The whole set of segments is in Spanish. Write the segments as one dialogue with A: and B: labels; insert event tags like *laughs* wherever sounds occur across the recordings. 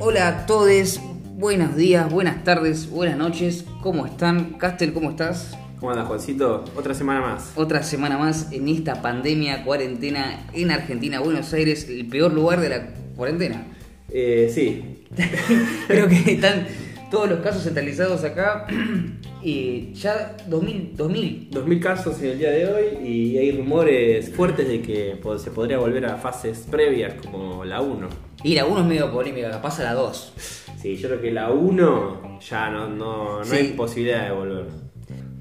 A: Hola a todos, buenos días, buenas tardes, buenas noches. ¿Cómo están? Castel, ¿cómo estás?
B: ¿Cómo andas, Juancito? Otra semana más.
A: Otra semana más en esta pandemia, cuarentena en Argentina, Buenos Aires, el peor lugar de la cuarentena.
B: Eh, sí.
A: Creo que están todos los casos centralizados acá. *clears throat* y ya 2000, 2000.
B: 2000 casos en el día de hoy y hay rumores fuertes de que po- se podría volver a fases previas como la 1.
A: Y la 1 es medio polémica, capaz a la 2.
B: Sí, yo creo que la 1 ya no, no, no
A: Sí.
B: hay posibilidad de volver.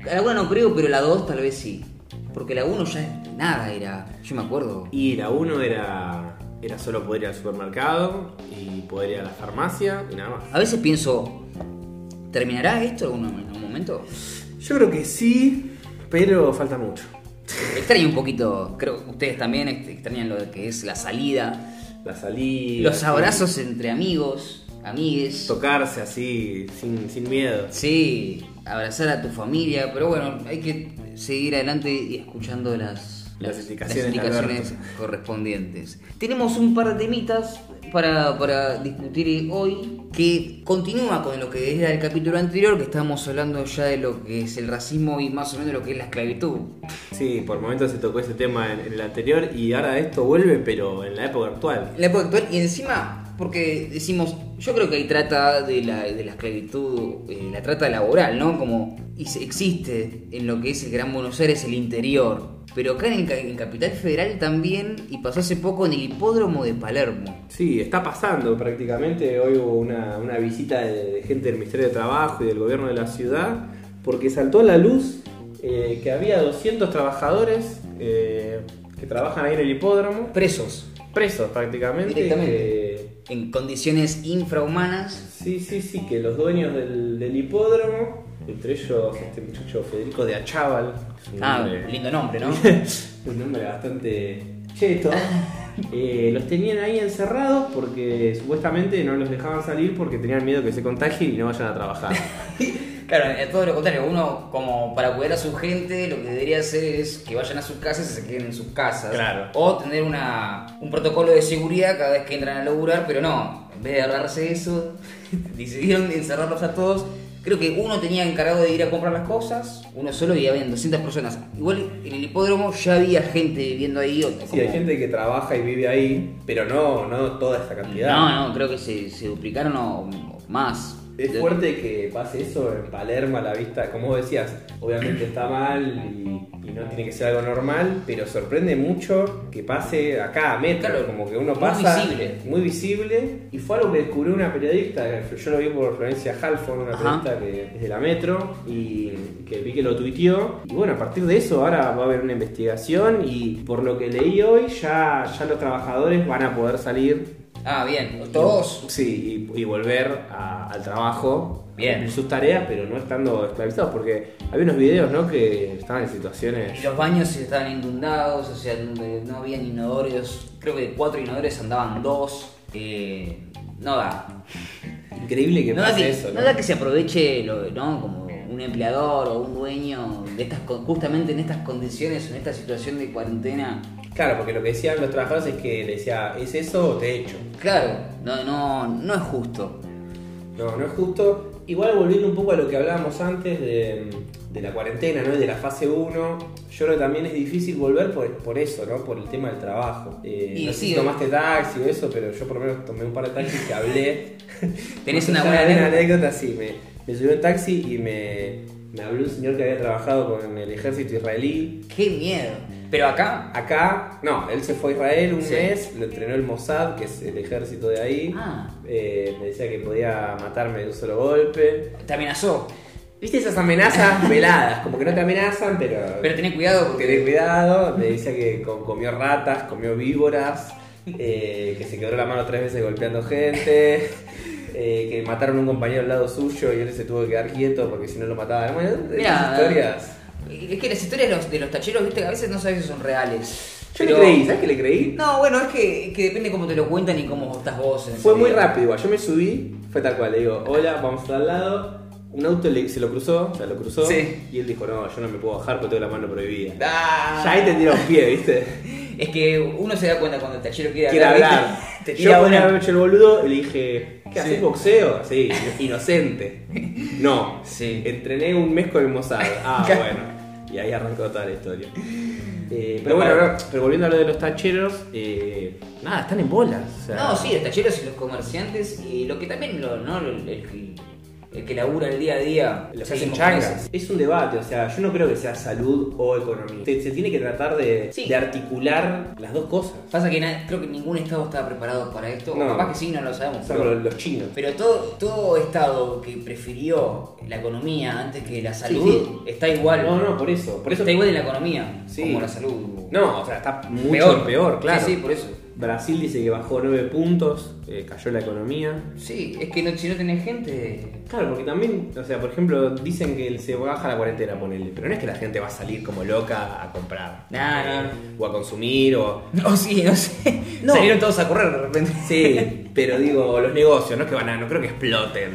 A: A la 1 no creo, pero la 2 tal vez sí. Porque la 1 ya nada era, yo me acuerdo.
B: Y la 1 era, era solo poder ir al supermercado y poder ir a la farmacia y nada más.
A: A veces pienso, ¿terminará esto algún- en algún momento?
B: Yo creo que sí, pero falta mucho.
A: Extraño un poquito, creo que ustedes también este, extrañan lo que es la salida,
B: La salida.
A: los abrazos entre amigos, amigues.
B: Tocarse así, sin, sin miedo.
A: Sí, abrazar a tu familia, pero bueno, hay que seguir adelante y escuchando las,
B: Las indicaciones,
A: indicaciones correspondientes. Tenemos un par de temitas para, para discutir hoy que continúa con lo que era el capítulo anterior, que estábamos hablando ya de lo que es el racismo y más o menos lo que es la esclavitud.
B: Sí, por momentos se tocó ese tema en, en el anterior y ahora esto vuelve, pero en la época actual.
A: En la época actual, y encima, porque decimos, yo creo que hay trata de la, de la esclavitud, eh, la trata laboral, ¿no? Como y se- existe en lo que es el Gran Buenos Aires, el interior. Pero acá en, Ca- en Capital Federal también, y pasó hace poco en el hipódromo de Palermo.
B: Sí, está pasando prácticamente. Hoy hubo una, una visita de, de gente del Ministerio de Trabajo y del Gobierno de la Ciudad porque saltó a la luz eh, que había 200 trabajadores eh, que trabajan ahí en el hipódromo,
A: Presos.
B: presos prácticamente.
A: Directamente.
B: eh,
A: En condiciones infrahumanas.
B: Sí, sí, sí, que los dueños del, del hipódromo, entre ellos este muchacho Federico de Achával, un
A: Ah,
B: hombre-
A: lindo nombre, *laughs* ¿no?
B: un nombre bastante cheto, eh, los tenían ahí encerrados porque supuestamente no los dejaban salir porque tenían miedo que se contagien y no vayan a trabajar.
A: claro, es todo lo contrario. Uno, como para cuidar a su gente, lo que debería hacer es que vayan a sus casas y se queden en sus casas.
B: Claro.
A: O tener una, un protocolo de seguridad cada vez que entran a laburar, pero no. En vez de hablarse eso, *laughs* decidieron encerrarlos a todos. Creo que uno tenía encargado de ir a comprar las cosas, uno solo y habían 200 personas. Igual en el hipódromo ya había gente viviendo ahí. o-
B: Sí, hay
A: como-
B: gente que trabaja y vive ahí, pero no, no toda esa cantidad.
A: No, no, creo que se, se duplicaron o, o más.
B: Es
A: De-
B: fuerte que pase eso en Palermo a la vista, como vos decías, obviamente está mal y, y no tiene que ser algo normal, pero sorprende mucho que pase acá a Metro,
A: Claro,
B: como que uno
A: muy
B: pasa
A: visible.
B: muy visible, y fue algo que descubrió una periodista, yo lo vi por Florencia Halfon, una
A: Ajá.
B: periodista que es de la Metro, y que vi que lo tuiteó, y bueno, a partir de eso ahora va a haber una investigación y por lo que leí hoy ya, ya los trabajadores van a poder salir
A: Ah, bien. Todos.
B: Sí, y, y volver a- al trabajo,
A: Bien.
B: cumplir sus tareas, pero no estando esclavizados, porque había unos videos, ¿no? Que estaban en
A: Y
B: situaciones...
A: Los baños estaban inundados, o sea, donde no habían inodorios. Creo que de cuatro inodores andaban dos. Eh, no da.
B: Increíble que
A: No da
B: pase
A: que,
B: eso, ¿no?
A: no da que se aproveche, lo- ¿no? Como un empleador o un dueño, de estas, con- justamente en estas condiciones, en esta situación de cuarentena.
B: Claro, porque lo que decían los trabajadores es que le decía, ¿es eso o te echo?
A: Claro, no, no, no es justo.
B: No, no es justo. Igual volviendo un poco a lo que hablábamos antes de, de la cuarentena, ¿no? Y de la fase 1, yo creo que también es difícil volver por, por eso, ¿no? Por el tema del trabajo. Eh,
A: Y
B: no sé
A: sí,
B: si
A: eh.
B: tomaste taxi o eso, pero yo por lo menos tomé un par de taxis que hablé.
A: *laughs*
B: *laughs*
A: ¿Tenés una
B: Ya,
A: buena anécdota?
B: anécdota? Sí, me, me subió un taxi y me, me habló un señor que había trabajado con el ejército israelí.
A: ¡Qué miedo! Pero acá.
B: Acá, no, él se fue a Israel un
A: Sí.
B: mes, lo entrenó el Mossad, que es el ejército de ahí.
A: Ah.
B: Eh, me decía que podía matarme de un solo golpe.
A: Te amenazó.
B: ¿Viste
A: *laughs*
B: esas amenazas veladas? Como que no te amenazan, pero,
A: Pero tenés cuidado porque.
B: tenés cuidado. Me decía que co- comió ratas, comió víboras, eh, que se quebró la mano tres veces golpeando gente, *laughs* eh, que mataron a un compañero al lado suyo y él se tuvo que quedar quieto porque si no lo mataban. Bueno, esas
A: Mirá,
B: historias.
A: Es que las historias de los, de los tacheros, viste, que a veces no sabes si son reales.
B: Yo
A: Pero-
B: le creí, ¿sabes qué le creí?
A: No, bueno, es que, es que depende cómo te lo cuentan y cómo estás vos. en
B: Fue
A: ese
B: muy
A: día.
B: rápido, igual. yo me subí, fue tal cual, le digo, hola, vamos al lado. Un auto le- se lo cruzó, se lo cruzó,
A: Sí.
B: y él dijo, no, yo no me puedo bajar porque tengo la mano prohibida.
A: Ah.
B: Ya ahí te tira un pie, ¿viste?
A: Es que uno se da cuenta cuando el tachero quiere
B: Quiere
A: hablar.
B: hablar.
A: ¿viste? *laughs* Te
B: Yo
A: tira
B: con
A: una-
B: una noche el boludo le dije, ¿qué haces
A: Sí.
B: boxeo? Sí, inocente. No,
A: Sí.
B: entrené un mes con el
A: *laughs*
B: Mossad. Ah,
A: Claro.
B: bueno. Y ahí arrancó toda la historia. Eh,
A: Pero
B: pero bueno,
A: para-
B: no, pero volviendo a lo de los tacheros, eh, nada, están en bolas. o sea,
A: No, sí, los tacheros y los comerciantes y lo que también lo, ¿no? el, el- el que labura el día a día.
B: Los
A: Sí,
B: hacen
A: como
B: changas.
A: meses.
B: Es un debate, o sea, yo no creo que sea salud o economía. Se, se tiene que tratar de,
A: Sí.
B: de articular las dos cosas.
A: Pasa que na- creo que ningún estado estaba preparado para esto. o
B: No.
A: Capaz que sí, no lo sabemos.
B: Salvo
A: pero-
B: los, los chinos.
A: Pero todo, todo estado que prefirió la economía antes que la salud
B: sí.
A: está igual.
B: No, no, por eso. Por eso
A: Está igual en la economía
B: Sí.
A: como la salud.
B: No, o sea, está mucho peor, claro.
A: Sí, sí, por eso.
B: Brasil dice que bajó 9 puntos, eh, cayó la economía.
A: Sí, es que no, si no tenés gente.
B: Claro, porque también, o sea, por ejemplo, dicen que se baja la cuarentena, ponele. Pero no es que la gente va a salir como loca a comprar.
A: Nah,
B: Eh,
A: nah.
B: O a consumir, o...
A: *laughs* No, sí, no sé.
B: No.
A: Salieron todos a correr de repente.
B: Sí, pero digo, los negocios, no es que van a, no creo que exploten.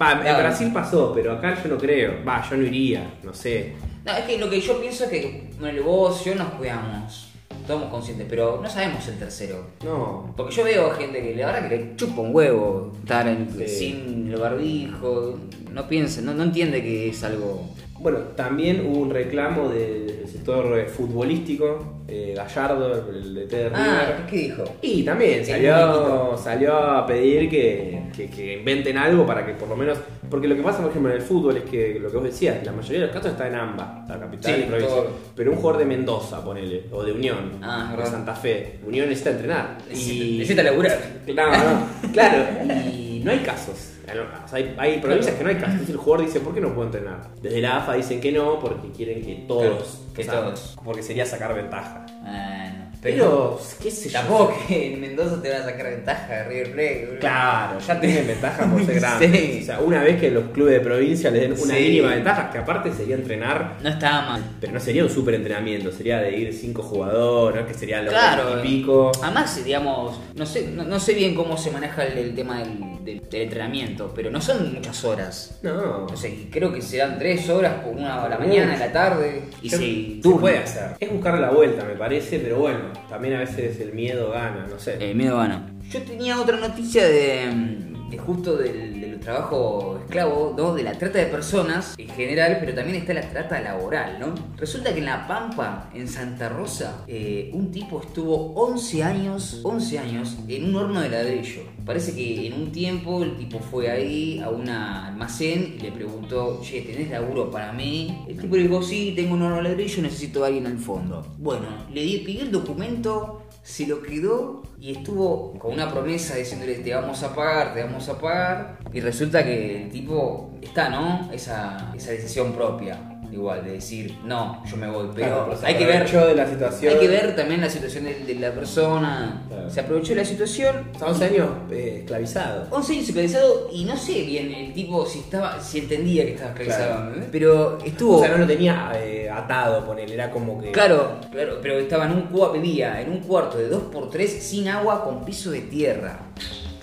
B: Va, en
A: Claro.
B: Brasil pasó, pero acá yo no creo. Va, yo no iría, no sé.
A: No, es que lo que yo pienso es que bueno, vos, yo nos cuidamos. Estamos conscientes, pero no sabemos el tercero.
B: No.
A: Porque yo veo gente que la verdad que le chupa un huevo estar en-
B: Sí.
A: sin el barbijo. No piensa, no, no entiende que es algo.
B: Bueno, también hubo un reclamo de- del sector eh, futbolístico, eh, Gallardo, el DT de River.
A: Ah, ¿qué dijo?
B: Y también
A: El
B: salió,
A: muñequito.
B: salió a pedir que, que- que inventen algo para que por lo menos. Porque lo que pasa, por ejemplo, en el fútbol es que lo que vos decías, la mayoría de los casos está en AMBA, la capital
A: Sí,
B: y provincia.
A: todo.
B: Pero un jugador de Mendoza, ponele, o de Unión,
A: Ah, es
B: de
A: verdad.
B: Santa Fe, Unión necesita entrenar.
A: Necesita- necesita laburar.
B: Claro, *laughs* no, claro. Y no hay casos. O sea, hay, hay provincias que no hay casos. Entonces el jugador dice, ¿por qué no puedo entrenar? Desde la AFA dicen que no, porque quieren que todos.
A: que
B: o sea,
A: todos.
B: Porque sería sacar ventaja.
A: Ah, no.
B: Pero, qué sé yo.
A: Tampoco que en Mendoza te van a sacar ventaja de River Plate. boludo.
B: Claro, ya tienen ventaja por ser
A: *laughs*
B: grandes.
A: Sí.
B: O sea, una vez que los clubes de provincia les den una
A: Sí.
B: mínima ventaja, que aparte sería entrenar,
A: No estaba mal.
B: pero no sería un super entrenamiento, sería de ir cinco jugadores, ¿no? que sería lo
A: Claro.
B: y pico.
A: Además, digamos, no sé, no, no sé bien cómo se maneja el, el tema del, del- del entrenamiento, pero no son muchas horas.
B: No,
A: No sé, creo que serán tres horas por una a la mañana, a la tarde. Y
B: Yo-
A: si
B: se puede hacer. Es buscar la vuelta, me parece, pero bueno, también a veces el miedo gana, no sé.
A: El Eh, miedo gana. Yo tenía otra noticia de, mm, de justo del, del trabajo esclavo, ¿no? de la trata de personas en general, pero también está la trata laboral, ¿no? Resulta que en La Pampa, en Santa Rosa, eh, un tipo estuvo 11 años, 11 años, en un horno de ladrillo. Parece que en un tiempo el tipo fue ahí a un almacén y le preguntó, che, ¿tenés laburo para mí? El tipo le dijo, sí, tengo un horno de ladrillo, necesito a alguien al fondo. Bueno, le di, pidió el documento se lo quedó y estuvo con una promesa diciéndole te vamos a pagar, te vamos a pagar. Y resulta que el tipo está, ¿no? Esa, esa decisión propia. Igual, de decir, no, yo me voy. Pero
B: Claro, se
A: hay que ver.
B: aprovechó de la situación.
A: Hay que ver también la situación de, de la persona.
B: Claro.
A: Se aprovechó la situación.
B: O sea, 11 años eh, esclavizado.
A: 11 años esclavizado y no sé bien el tipo si estaba, si entendía que estaba esclavizado.
B: Claro.
A: ¿eh? Pero estuvo.
B: O sea, no lo tenía eh, atado, ponele, era como que.
A: Claro, claro, pero estaba en un cuarto, vivía en un cuarto de 2x3 sin agua con piso de tierra.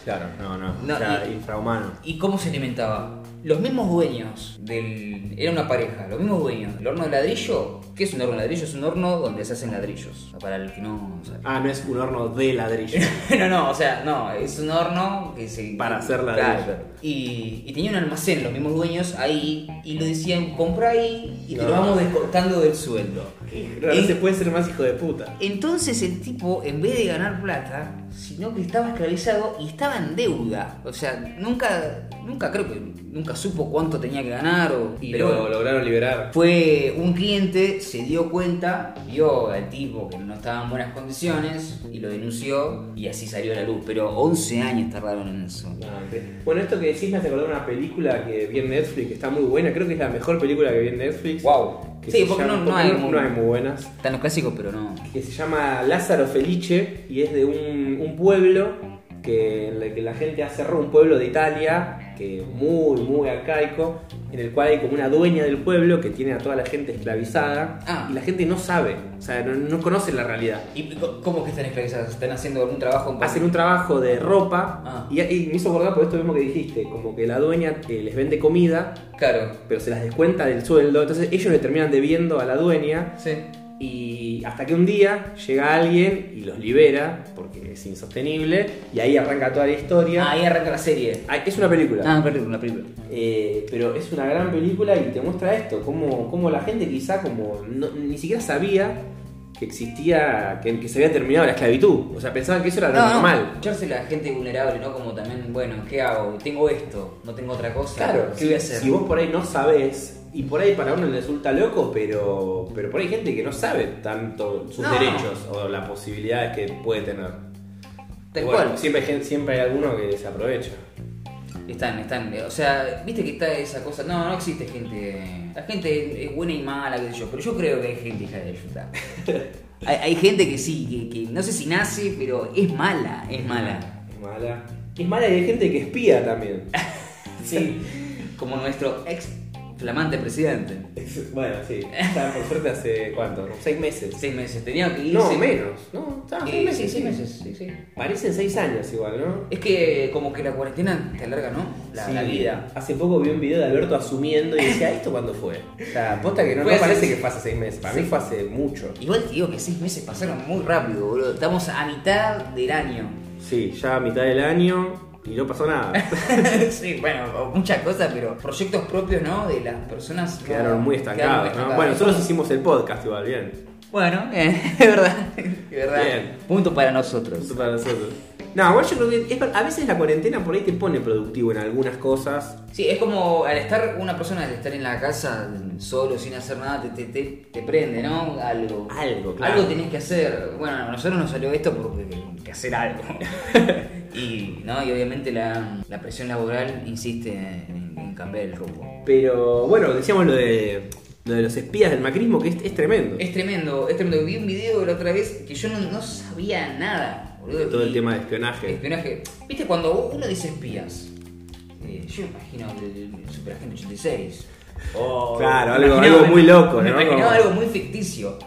B: Claro, no, no.
A: No,
B: o sea,
A: y-
B: infrahumano.
A: ¿Y cómo se alimentaba? Los mismos dueños del. Era una pareja, los mismos dueños. El horno de ladrillo. ¿Qué es un horno de ladrillo? Es un horno donde se hacen ladrillos. Para el que no sabe. *laughs*
B: Ah, no es un horno de ladrillo.
A: no, no, o sea, no, es un horno que se.
B: Para hacer ladrillo.
A: Y, y tenía un almacén, los mismos dueños ahí. Y lo decían, compra ahí y te
B: No.
A: lo vamos descontando del sueldo.
B: No
A: Y-
B: se puede ser más hijo de puta.
A: Entonces el tipo, en vez de ganar plata, sino que estaba esclavizado y estaba en deuda. O sea, nunca, nunca creo que nunca supo cuánto tenía que ganar. O,
B: Y
A: pero
B: lo lograron liberar.
A: fue un cliente, se dio cuenta, vio al tipo que no estaba en buenas condiciones y lo denunció y así salió a la luz. Pero 11 años tardaron en eso.
B: Bueno, esto que decís me hace acordar una película que vi en Netflix, que está muy buena. Creo que es la mejor película que vi en Netflix.
A: Wow.
B: Que
A: Sí,
B: se
A: porque
B: llama-
A: no- no hay muy-
B: muy buenas.
A: Están los clásicos, pero no.
B: Que se llama Lázaro Felice y es de un, un pueblo que, en el que la gente hace ro- un pueblo de Italia que muy, muy arcaico, en el cual hay como una dueña del pueblo que tiene a toda la gente esclavizada
A: Ah.
B: y la gente no sabe, o sea, no- no conoce la realidad.
A: ¿Y co- cómo es que están esclavizados? ¿Están haciendo algún trabajo? en
B: hacen un trabajo de ropa
A: Ah.
B: y, y me hizo acordar por esto mismo que dijiste, como que la dueña eh, les vende comida,
A: Claro.
B: pero se las descuenta del sueldo, entonces ellos le terminan debiendo a la dueña
A: Sí.
B: Y hasta que un día llega alguien y los libera, porque es insostenible, y ahí arranca toda la historia.
A: Ah, Ahí arranca la serie.
B: Ah, Es una película.
A: Ah, perdón, una película.
B: Eh, pero es una gran película y te muestra esto, cómo, cómo la gente quizá como no- ni siquiera sabía que existía, que, que se había terminado la esclavitud. O sea, pensaban que eso era lo normal.
A: yo soy la gente vulnerable, ¿no? Como también, bueno, ¿qué hago? Tengo esto, no tengo otra cosa.
B: Claro,
A: ¿qué
B: si,
A: voy a hacer?
B: si vos por ahí no sabés, y por ahí para uno le resulta loco, pero, pero por ahí hay gente que no sabe tanto sus
A: No.
B: derechos o las posibilidades que puede tener.
A: Tal
B: Y bueno,
A: cual.
B: Siempre hay, gen- siempre hay alguno que se aprovecha.
A: Están, están. eh, O sea, viste que está esa cosa. No, no existe gente. La gente es buena y mala, qué sé yo. Pero yo creo que hay gente hija de
B: *laughs*
A: puta. hay, hay gente que sí, que, que no sé si nace, pero es mala, es mala.
B: Es mala. Es mala y hay gente que espía también.
A: *laughs* Sí. Como nuestro ex flamante presidente.
B: Es- Bueno, sí. Está, por suerte hace cuánto, seis meses.
A: Seis meses. Tenía que irse.
B: No, menos. No, está,
A: Eh,
B: seis meses,
A: sí,
B: sí.
A: seis meses. Sí, sí.
B: Parecen seis años igual, ¿no?
A: Es que como que la cuarentena te alarga, ¿no? La,
B: Sí.
A: la vida.
B: Hace poco vi un video de Alberto asumiendo y decía, *laughs* ¿esto cuándo fue? O sea, posta que no,
A: Fue
B: no
A: hace-
B: parece que fue hace seis meses. Para
A: Sí.
B: mí fue hace mucho.
A: Igual te digo que seis meses pasaron muy rápido, boludo. Estamos a mitad del año. *laughs*
B: Sí, ya a mitad del año y no pasó nada.
A: sí, bueno, muchas cosas, pero proyectos propios, ¿no? De las personas no,
B: Quedaron
A: quedaron muy
B: muy estancados, ¿no?
A: estancadas.
B: Bueno, nosotros hicimos el podcast igual, bien.
A: Bueno, *laughs* eh, es verdad, es verdad.
B: Bien.
A: Punto para nosotros.
B: Eso para nosotros. No, igual yo creo que es- a veces la cuarentena por ahí te pone productivo en algunas cosas.
A: Sí, es como al estar una persona, al estar en la casa solo, sin hacer nada, te, te, te- te prende, ¿no? Algo.
B: Algo, claro.
A: Algo tenés que hacer. Bueno, a nosotros nos salió esto porque que hacer
B: *laughs*
A: algo. y, ¿no? y obviamente la, la presión laboral insiste en, en cambiar el rumbo.
B: Pero bueno, decíamos lo de, lo de los espías del macrismo, que es, es tremendo.
A: Es tremendo, es tremendo. Vi un video la otra vez que yo no, no sabía nada, boludo.
B: Todo
A: Y-
B: el tema de espionaje.
A: Espionaje. Viste, cuando uno dice espías, eh, yo me imagino el, el Superagente 86. O-
B: Claro,
A: me
B: algo-
A: imaginaba-
B: algo muy loco,
A: Me
B: ¿no?
A: imaginaba algo
B: Como-
A: muy ficticio. Eh,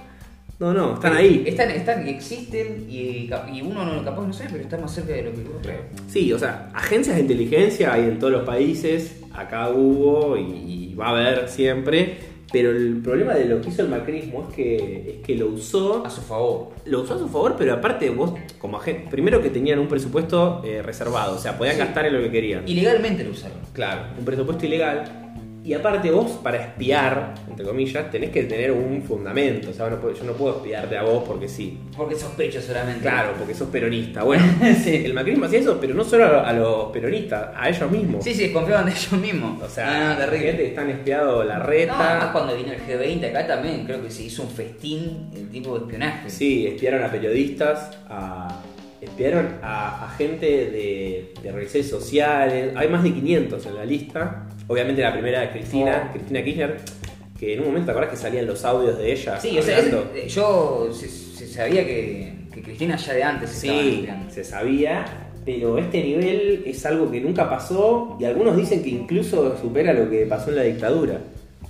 B: No, no, están ahí.
A: Están, están, existen y, cap- y uno no capaz no sabe, pero está más cerca de lo que uno cree.
B: Sí, o sea, agencias de inteligencia hay en todos los países, acá hubo y, y va a haber siempre, pero el problema de lo que hizo el macrismo es que, es que lo usó,
A: A su favor.
B: lo usó a su favor, pero aparte vos, como agente, primero que tenían un presupuesto eh, reservado, o sea, podían
A: Sí.
B: gastar en lo que querían.
A: Y legalmente lo usaron.
B: Claro, un presupuesto ilegal. Y aparte vos, para espiar, entre comillas, tenés que tener un fundamento, o sea, no puedo- yo no puedo espiarte a vos porque sí.
A: Porque sospecho solamente.
B: Claro, porque sos peronista. Bueno,
A: *laughs* Sí.
B: el macrismo hacía eso, pero no solo a, a los peronistas, a ellos mismos.
A: Sí, sí, desconfiaban de ellos mismos.
B: O sea,
A: no, no, Ah, terrible.
B: gente que están espiado la
A: No, además
B: reta.
A: cuando vino el G20 acá también creo que se hizo un festín el tipo de espionaje.
B: Sí, espiaron a periodistas, a- espiaron a, a gente de, de redes sociales. Hay más de 500 en la lista. Obviamente la primera de Cristina,
A: Oh.
B: Cristina Kirchner, que en un momento, ¿te acordás que salían los audios de ella?
A: Sí, o sea,
B: hablando?
A: es- eh, yo se, se sabía que, que Cristina ya de antes estaba
B: Sí,
A: espiando.
B: se sabía, pero este nivel es algo que nunca pasó y algunos dicen que incluso supera lo que pasó en la dictadura.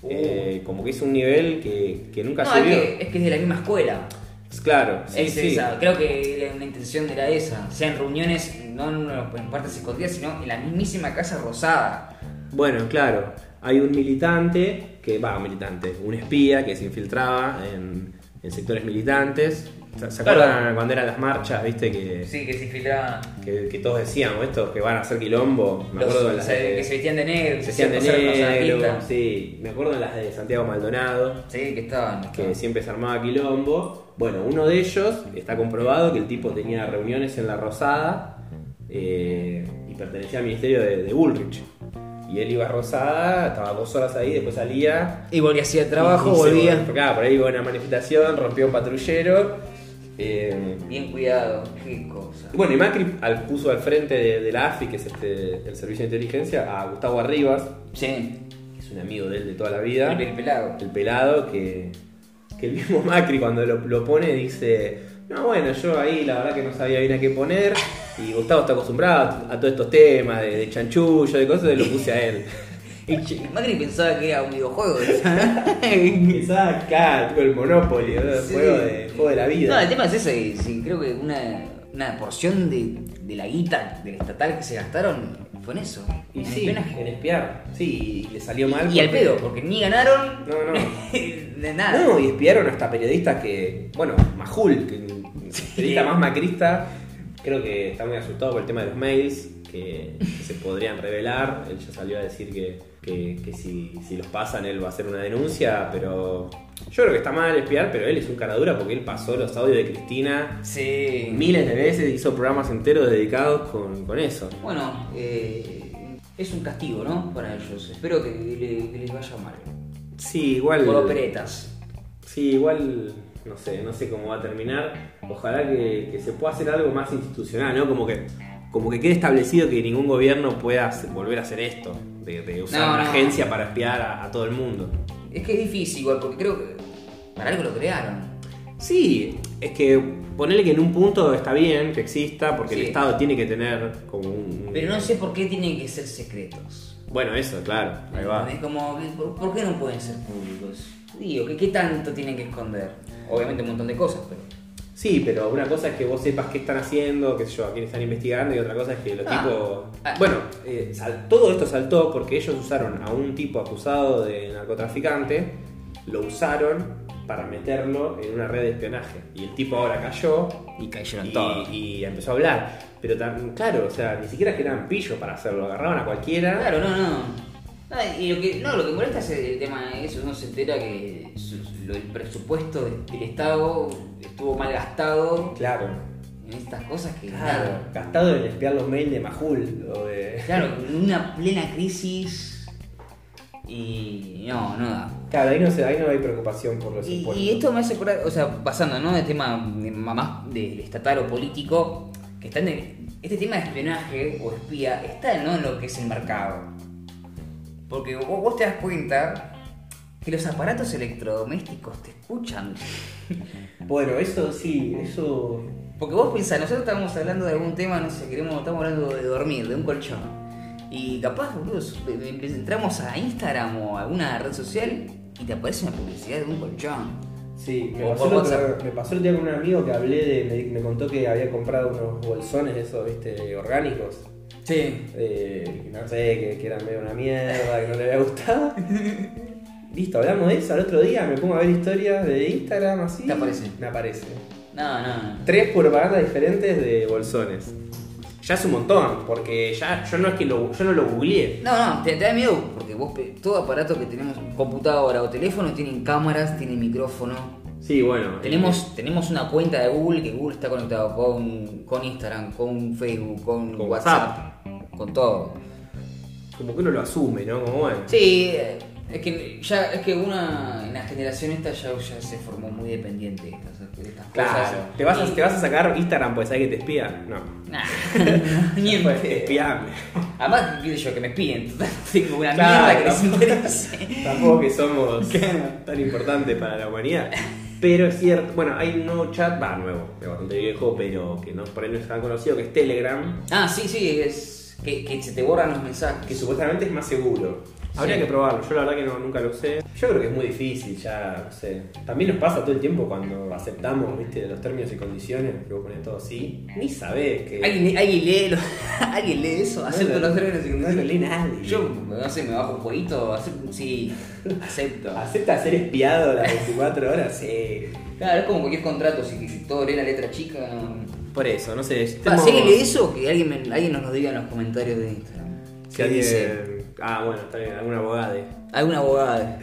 B: Eh, como que es un nivel que, que nunca
A: Uh. No,
B: se
A: es
B: vio.
A: que, es que es de la misma escuela.
B: Es Claro, sí,
A: Es
B: sí.
A: esa. Creo que la, la intención era esa. O sea, en reuniones, no en, una- en partes escondidas, sino en la mismísima Casa Rosada.
B: Bueno, claro, hay un militante, que va, un militante, un espía que se infiltraba en, en sectores militantes. ¿Se, se
A: Claro.
B: acuerdan cuando eran las marchas, viste, que,
A: Sí, que se infiltraban.
B: que, que todos decían, estos que van a hacer quilombo? Me
A: Los-
B: acuerdo de
A: o
B: las
A: sea,
B: de-
A: que se vestían de negro,
B: Se hacían de
A: hacían pasar por
B: negro,
A: anarquistas.
B: sí. Me acuerdo de las de Santiago Maldonado,
A: Sí, que estaban.
B: que siempre se armaba quilombo. Bueno, uno de ellos está comprobado que el tipo tenía reuniones en La Rosada eh, y pertenecía al ministerio de, de Bullrich. Y él iba a Rosada, estaba dos horas ahí, después salía.
A: Y volvía así al
B: Y-
A: trabajo,
B: y se
A: volvía.
B: volvió- claro, por ahí iba a una manifestación, rompió un patrullero. eh,
A: Bien cuidado, qué cosa.
B: y bueno, y Macri al- puso al frente de, de la AFI, que es este, el servicio de inteligencia, a Gustavo Arribas,
A: Sí,
B: que es un amigo de él de toda la vida.
A: el, el pelado.
B: el pelado que, que el mismo Macri cuando lo, lo pone dice, no, bueno, yo ahí la verdad que no sabía bien a qué poner y Gustavo está acostumbrado a, todos estos temas de, de chanchullo, de cosas, y lo puse a él. *laughs*
A: El che- Macri pensaba que era un *laughs* videojuego.
B: Quizás acá, tipo el Monopoly, ¿no? el
A: Sí.
B: juego, de, juego de la
A: No, el
B: vida.
A: tema es ese, sí, creo que una, una porción de, de la guita del estatal que se gastaron fue en eso.
B: Y
A: en
B: sí,
A: espionaje.
B: en espiar. Sí, y le salió mal.
A: Y al
B: porque-
A: pedo, porque ni ganaron
B: No,
A: *laughs*
B: no.
A: de nada.
B: No, y espiaron hasta periodistas que. Bueno, Majul, que periodista más macrista, creo que está muy asustado por el tema de los mails que, que se podrían revelar. Él ya salió a decir que, que- que si, si los pasan él va a hacer una denuncia, pero. Yo creo que está mal espiar, pero él es un cara dura porque él pasó los audios de Cristina
A: Sí.
B: miles de veces, hizo programas enteros dedicados con, con eso.
A: Bueno, eh, es un castigo, ¿no? Para ellos. Espero que, le- que les vaya mal.
B: Sí, igual.
A: Por operetas.
B: Sí, igual no sé, no sé cómo va a terminar. Ojalá que, que se pueda hacer algo más institucional, ¿no? Como que, como que quede establecido que ningún gobierno pueda hacer- volver a hacer esto, de, de usar
A: No,
B: una
A: no.
B: agencia para espiar a, a todo el mundo.
A: Es que es difícil igual, porque creo que para algo lo crearon.
B: Sí, es que ponerle que en un punto está bien que exista, porque
A: Sí.
B: el Estado tiene que tener como un...
A: Pero no sé por qué tienen que ser secretos.
B: Bueno, eso, claro, ahí va.
A: Es como, que, ¿por, por qué no pueden ser públicos? Digo, ¿qué, ¿qué tanto tienen que esconder? Obviamente un montón de cosas, pero...
B: Sí, pero una cosa es que vos sepas qué están haciendo, qué sé yo, a quién están investigando, y otra cosa es que los
A: Ah.
B: tipos.
A: Ah.
B: Bueno, eh, sal- todo esto saltó porque ellos usaron a un tipo acusado de narcotraficante, lo usaron para meterlo en una red de espionaje. Y el tipo ahora cayó
A: Y cayeron
B: y,
A: todos.
B: y empezó a hablar. Pero tan, claro, o sea, ni siquiera es que eran pillos para hacerlo, agarraban a cualquiera.
A: Claro, no, no. No, y lo que, no, lo que molesta es el tema de eso, uno se entera que su- lo- el presupuesto de- del Estado estuvo mal gastado
B: Claro,
A: en estas cosas que...
B: claro. Gastado en espiar los mails de Majul o de.
A: Claro, en una plena crisis y no, no da.
B: Claro, ahí no, se, ahí no hay preocupación por los
A: Y,
B: impuestos.
A: y esto me hace acordar, o sea, pasando, ¿no? De tema de mamá, del estatal o político, que están en este tema de espionaje o espía está, ¿no? En lo que es el mercado. Porque vos, vos te das cuenta que los aparatos electrodomésticos te escuchan.
B: Bueno, eso sí, eso.
A: Porque vos pensás, nosotros estábamos hablando de algún tema, no sé, queremos, estamos hablando de dormir, de un colchón. Y capaz, boludo, empe- entramos a Instagram o a alguna red social y te aparece una publicidad de un colchón.
B: Sí, me
A: O
B: pasó,
A: por
B: el otro,
A: WhatsApp.
B: me pasó el día con un amigo que hablé de. Me, me contó que había comprado unos bolsones de esos, viste, orgánicos.
A: Sí.
B: eh, que no sé, que, que eran medio una mierda, que no le había *laughs* gustado. Listo, hablamos de eso. Al otro día me pongo a ver historias de Instagram así.
A: Te aparece.
B: Me aparece.
A: No, no, no.
B: Tres propagandas diferentes de bolsones. Ya es un montón, porque ya yo no es que lo, yo no lo googleé.
A: No, no, te, te da miedo porque vos, pe- todo aparato que tenemos, computadora o teléfono, tienen cámaras, tienen micrófono.
B: Sí, bueno.
A: Tenemos, tenemos una cuenta de Google que Google está conectado con, con Instagram, con Facebook, con,
B: Con
A: WhatsApp, con todo.
B: eh, Como que uno lo asume, ¿no? Como bueno.
A: Sí, eh, es que ya es que una en la generación esta ya, ya se formó muy dependiente de estas, de estas
B: Claro.
A: cosas.
B: ¿Te vas,
A: Y-
B: a, ¿Te vas a sacar Instagram porque sabes que te espía? No.
A: *laughs* Nah, ni en
B: Pues,
A: pedo. *laughs*
B: Espiame.
A: Además, qué sé yo, que me espíen. total, *laughs* Tengo una
B: Claro,
A: mierda que les *laughs*
B: tampoco.
A: interese.
B: Tampoco que somos tan importantes para la humanidad. Pero es cierto, bueno, hay un nuevo chat, va, nuevo, es bastante viejo, pero que no, por ahí no es tan conocido, que es Telegram,
A: Ah, sí, sí, es que, que se te borran los mensajes.
B: que supuestamente es más seguro. Habría
A: Sí.
B: que probarlo, yo la verdad que no, nunca lo usé. Yo creo que es muy difícil, ya, no sé. También nos pasa todo el tiempo cuando aceptamos, viste, los términos y condiciones, que vos ponés todo así, ni sabés que...
A: ¿Alguien, alguien lee lo- *laughs* ¿Alguien lee eso? Acepto
B: lo-
A: los términos y
B: no lo lee nadie.
A: Yo, no sé, me bajo un jueguito, acepto,
B: *laughs*
A: sí, acepto.
B: ¿Acepta ser espiado las 24 horas? Sí.
A: Claro, es como cualquier contrato, si, si todo lee la letra chica. No...
B: Por eso, no sé. este
A: Ah,
B: estemos-
A: si alguien lee eso, que alguien, me- alguien nos lo diga en los comentarios de Instagram.
B: Si
A: ¿Qué
B: alguien-
A: dice?
B: Ah, bueno, está bien, algún abogado.
A: Alguna abogada.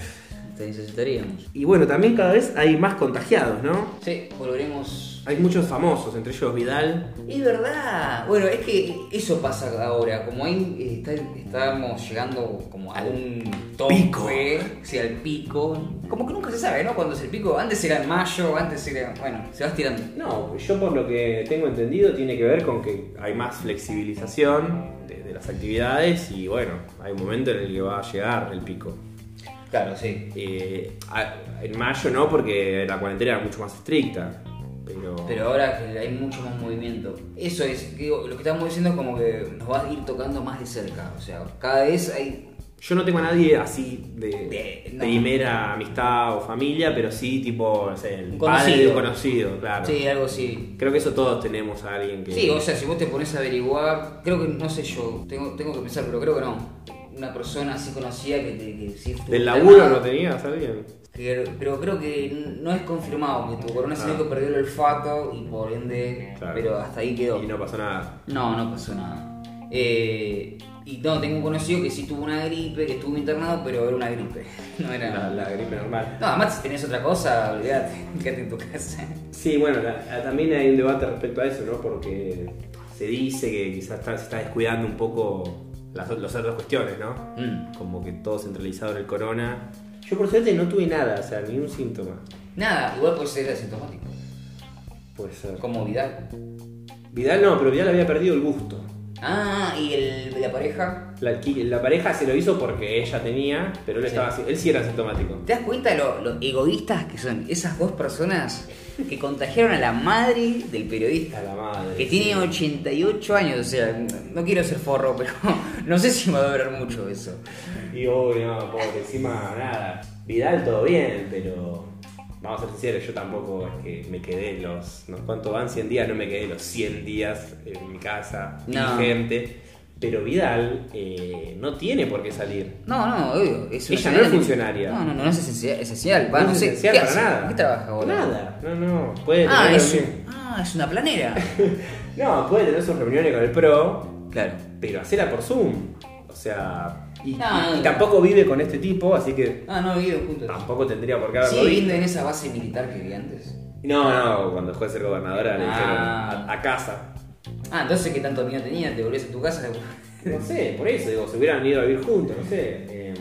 A: Te necesitaríamos.
B: Y bueno, también cada vez hay más contagiados, ¿no?
A: Sí, volveremos
B: Hay muchos famosos, entre ellos Vidal.
A: Es verdad. Bueno, es que eso pasa ahora. Como ahí eh, está- estamos llegando como a un tope,
B: Pico.
A: sí, al pico. Como que nunca se sabe, ¿no? Cuando es el pico. Antes era en mayo, antes era. Bueno, se va estirando.
B: No, yo por lo que tengo entendido tiene que ver con que hay más flexibilización de, de las actividades y bueno, hay un momento en el que va a llegar el pico.
A: Claro, sí.
B: Eh, a- en mayo no, porque la cuarentena era mucho más estricta, pero...
A: Pero ahora que hay mucho más movimiento. Eso es, digo, lo que estamos diciendo es como que nos va a ir tocando más de cerca. O sea, cada vez hay
B: Yo no tengo a nadie así de,
A: De- no.
B: primera amistad o familia, pero sí tipo, no sé, el
A: Un
B: padre de un
A: conocido.
B: conocido, eh. claro.
A: Sí, algo así.
B: Creo que eso todos tenemos a alguien que...
A: Sí, o sea, si vos te pones a averiguar, creo que, no sé yo, tengo, tengo que pensar, pero creo que no. Una persona así conocida que te. Que sí estuvo
B: ¿Del laburo
A: internada,
B: no tenías a alguien?
A: que- Pero creo que no es confirmado que tuvo corona, sino
B: Ah.
A: que perdió el olfato y por ende.
B: Claro.
A: Pero hasta ahí quedó.
B: Y no pasó nada.
A: No, no pasó nada. Eh, y no, tengo un conocido que sí tuvo una gripe, que estuvo internado, pero era una gripe. *laughs* No era.
B: La, la gripe normal.
A: No, además si tenés otra cosa, olvídate, *laughs* quédate en tu casa.
B: Sí, bueno, la- la- también hay un debate respecto a eso, ¿no? Porque se dice que quizás está- se está descuidando un poco las, o- las otras cuestiones, ¿no?
A: Mm.
B: Como que todo centralizado en el corona. Yo por suerte no tuve nada, o sea, ni un síntoma.
A: Nada, igual puede ser asintomático.
B: Puede ser.
A: Como Vidal.
B: Vidal no, pero Vidal había perdido el gusto.
A: Ah, y el de la pareja.
B: La, qui- la pareja se lo hizo porque ella tenía, pero él,
A: Sí.
B: estaba, así- él sí era asintomático.
A: ¿Te das cuenta lo, lo egoístas que son esas dos personas que contagiaron a la madre del periodista?
B: A la madre.
A: Que tiene 88 años, o sea, no quiero ser forro, pero *laughs* no sé si me va a durar mucho eso.
B: Y uy, no, pobre, encima nada. Vidal todo bien, pero vamos a ser sinceros, yo tampoco es que me quedé los. No, ¿Cuánto van? 100 días, no me quedé los 100 días en mi casa,
A: No.
B: mi gente. Pero Vidal eh, no tiene por qué salir.
A: No, no, obvio. Es una
B: Ella no
A: señal
B: es
A: de-
B: funcionaria.
A: No, no, no, no es esencial. esencial. Va, no,
B: es
A: sé,
B: esencial
A: ¿qué
B: para
A: hace?
B: nada.
A: ¿Qué trabaja, boludo?
B: Nada, no, no. Puede
A: Ah
B: tener
A: es,
B: reuniones-
A: ah, es una
B: *laughs*
A: planera.
B: No, puede tener sus reuniones con el pro,
A: claro.
B: pero hacela por Zoom. O sea. Y,
A: No,
B: y- y
A: no.
B: tampoco vive con este tipo, así que
A: Ah, no, he ido juntos.
B: tampoco tendría por qué haberlo
A: Sigue
B: visto.
A: viviendo en esa base militar que vi antes.
B: No, no, cuando dejó de ser gobernadora le dijeron
A: Ah.
B: a, a casa.
A: Ah, entonces, ¿qué tanto miedo tenía? ¿Te volvés a tu casa?
B: No sé, por eso, digo, se hubieran ido a vivir juntos, no sé. Eh,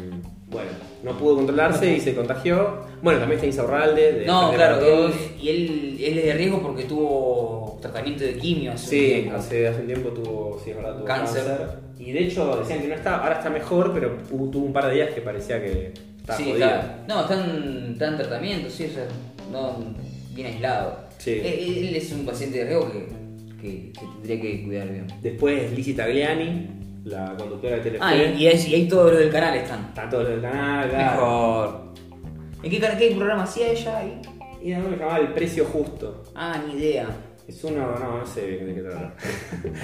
B: bueno, no pudo controlarse y se contagió. Bueno, también está Isaurralde. De
A: No,
B: Frente
A: claro,
B: para Todos.
A: él- y él, él es de riesgo porque tuvo tratamiento de quimio hace un
B: Sí,
A: tiempo.
B: hace, hace un tiempo tuvo, sí, es verdad, tuvo
A: Cáncer.
B: cáncer. Y de hecho decían que no está, ahora está mejor, pero hubo- tuvo un par de días que parecía que estaba
A: Sí,
B: jodida.
A: está- No, está en, está en tratamiento, sí, o sea, no, bien aislado. Eh,
B: Sí.
A: Él, él es un paciente de riesgo que, que se tendría que cuidar bien.
B: Después Lizzie Tagliani, la conductora de Telefe.
A: Ah, y, y ahí, y ahí todos los del canal están.
B: Está todo el canal, claro.
A: Mejor. ¿En qué, can- qué programa hacía ella ahí?
B: Y algo que se llamaba El Precio Justo.
A: Ah, ni idea.
B: Es uno, no, no sé bien de qué
A: *laughs*
B: trata.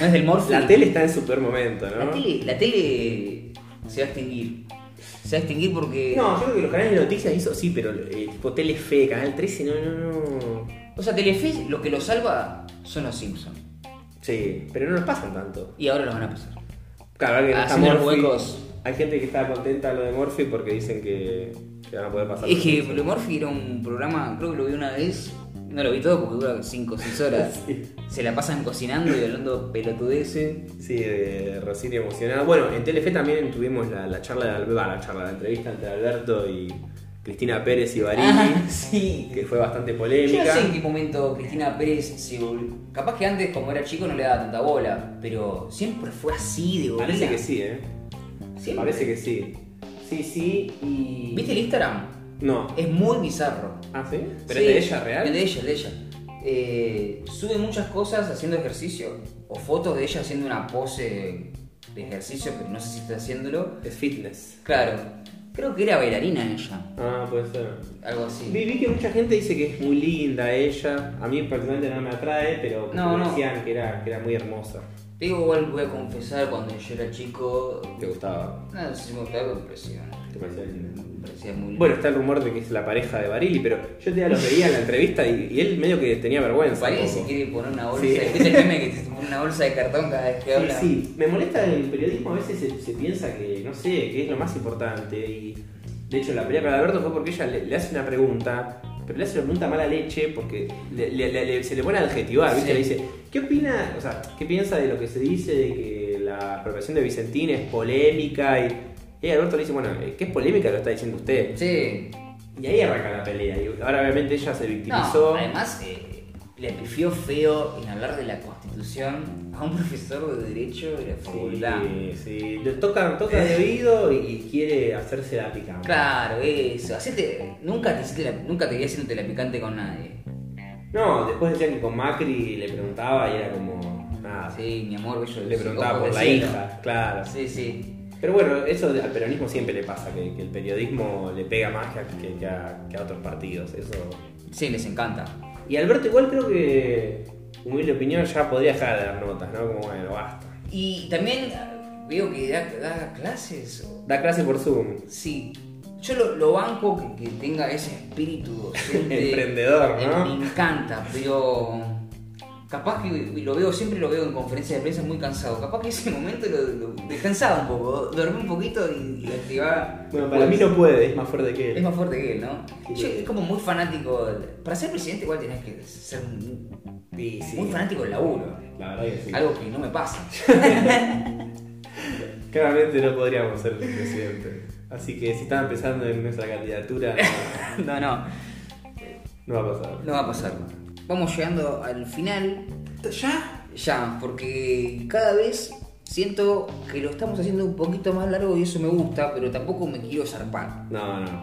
A: ¿No es del Morphy?
B: La tele está en su peor momento, ¿no?
A: La tele, la tele se va a extinguir. Se va a extinguir porque.
B: No, yo creo que los canales de noticias hizo sí, pero eh, tipo Telefe, Canal 13, no, no, no.
A: O sea, Telefe lo que lo salva son los Simpsons.
B: Sí, pero no nos pasan tanto.
A: Y ahora los van a pasar.
B: Claro, ahora que no está
A: Haciendo los
B: Morphy,
A: Ah, huecos.
B: Hay gente que está contenta lo de Morphy porque dicen que, que van a poder pasar.
A: Es
B: los
A: que
B: Simpsons.
A: Blue Morphy era un programa, creo que lo vi una vez. No lo vi todo porque dura 5 o 6 horas.
B: *laughs* Sí.
A: Se la pasan cocinando y hablando pelotudeces.
B: Sí, de Rosini emocionada. Bueno, en Telefe también tuvimos la, la charla de Alberto, la charla, la entrevista entre Alberto y Cristina Pérez y Barini,
A: Ah, sí.
B: que fue bastante
A: Yo
B: polémica.
A: no sé en qué momento Cristina Pérez se volvió. Capaz que antes, como era chico, no le daba tanta bola. Pero siempre fue así de bola.
B: Parece que sí, ¿eh? Parece que sí. Sí, sí, y...
A: ¿Viste el Instagram?
B: No.
A: Es muy bizarro.
B: ¿Ah, sí?
A: Sí,
B: es de ella
A: Es
B: real?
A: de ella, es de ella. Eh, sube muchas cosas haciendo ejercicio o fotos de ella haciendo una pose de ejercicio, pero no sé si está haciéndolo.
B: Es fitness.
A: Claro, creo que era bailarina ella,
B: Ah, puede ser.
A: algo así.
B: Vi, vi que mucha gente dice que es muy linda ella. A mí personalmente no me atrae, pero
A: No, no.
B: decían Que, era, que era muy hermosa.
A: Te digo, igual voy a confesar, cuando yo era chico,
B: ¿Te gustaba?
A: no sé si me gustaba, pero me parecía,
B: ¿Te parecía linda?
A: me parecía muy
B: Bueno, está el rumor de que es la pareja de Barili, pero yo ya lo veía en la entrevista y, y él medio que tenía vergüenza. un
A: Parece
B: poco.
A: si quiere poner una bolsa,
B: Sí.
A: ¿viste el meme que te pone una bolsa de cartón cada vez que
B: Sí,
A: habla?
B: sí, me molesta en el periodismo, a veces se, se piensa que, no sé, que es lo más importante. Y de hecho, la pelea para Alberto fue porque ella le, le hace una pregunta, pero le hace una pregunta mala leche porque le- le- le- le- se le pone a adjetivar, ¿viste?
A: Sí.
B: Le dice, ¿qué opina, o sea, qué piensa de lo que se dice de que la apropiación de Vicentín es polémica? Y, y ahí Alberto le dice, bueno, eh, ¿qué es polémica? Lo está diciendo usted.
A: Sí.
B: Y ahí arranca la pelea. Y ahora, obviamente, ella se victimizó.
A: No, además, eh, le pifió feo en hablar de la Constitución a un *laughs* profesor de Derecho de la facultad.
B: Sí, sí, le toca, toca de oído y quiere hacerse la picante.
A: Claro, eso. Hacete, nunca, te hiciste la, nunca te vi haciéndote la picante con nadie.
B: No, después decían que con Macri le preguntaba y era como. Nada.
A: Sí, mi amor, bello.
B: Ah. le preguntaba
A: ojos
B: por
A: de
B: la
A: cielo.
B: hija, claro.
A: Sí, sí.
B: Pero bueno, eso de- al peronismo siempre le pasa, que, que el periodismo le pega más que, a- que- que a, que a otros partidos. Eso.
A: Sí, les encanta.
B: Y Alberto igual creo que, humilde opinión, ya podría dejar de dar notas, ¿no? Como bueno, basta.
A: Y también ah, veo que da, da clases. o-
B: Da clase por Zoom.
A: Sí. Yo lo, lo banco que, que tenga ese
B: *laughs*
A: espíritu docente.
B: Emprendedor,
A: Eh,
B: ¿no?
A: Me encanta, pero capaz que y lo veo, siempre lo veo en conferencias de prensa muy cansado. Capaz que ese momento lo, lo descansaba un poco, dormí un poquito y, y activaba.
B: Bueno, para mí no puede, es más fuerte que
A: Es
B: él.
A: más fuerte que él, ¿no?
B: Sí.
A: Yo es como muy fanático. Para ser presidente igual tenés que ser muy,
B: Sí, sí.
A: muy fanático del laburo.
B: La verdad que sí.
A: Algo que no me
B: *laughs*
A: pasa.
B: Claramente no podríamos ser presidente. Así que si estaban pensando en
A: *laughs*
B: nuestra candidatura,
A: No, no,
B: no va a pasar.
A: no va a pasar. Vamos llegando al final.
B: ¿Ya?
A: Ya, porque cada vez siento que lo estamos haciendo un poquito más largo y eso me gusta, pero tampoco me quiero zarpar.
B: No, no.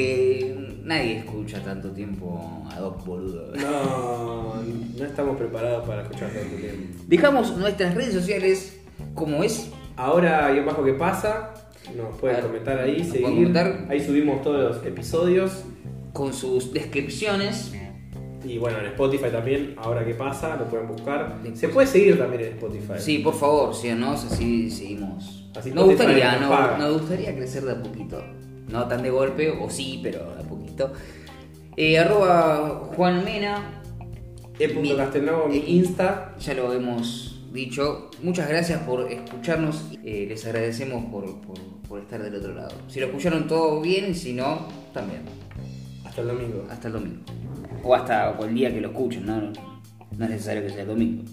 A: Porque nadie escucha tanto tiempo a dos boludos.
B: No, no estamos preparados para escuchar tanto
A: este
B: tiempo.
A: Dejamos nuestras redes sociales como es.
B: Ahora, bien bajo que pasa, nos pueden
A: A ver,
B: comentar ahí,
A: nos
B: seguir.
A: pueden comentar.
B: Ahí subimos todos los episodios.
A: Con sus descripciones.
B: Y bueno, en Spotify también, ahora que pasa, lo pueden buscar. Se puede seguir también en Spotify.
A: Sí, por favor, síganos, así seguimos.
B: Así
A: nos
B: Spotify
A: gustaría,
B: nos
A: no-
B: paga.
A: nos gustaría crecer de a poquito. No tan de golpe, o sí, pero de a poquito. Eh, arroba Juan Mena,
B: E. punto Castelnuovo,
A: eh,
B: mi Insta.
A: ya lo hemos dicho. Muchas gracias por escucharnos. eh, les agradecemos por, por, por estar del otro lado. Si lo escucharon todo bien, si no, también.
B: Hasta el domingo.
A: Hasta el domingo. O hasta o el día que lo escuchen, ¿no? No es necesario que sea el domingo.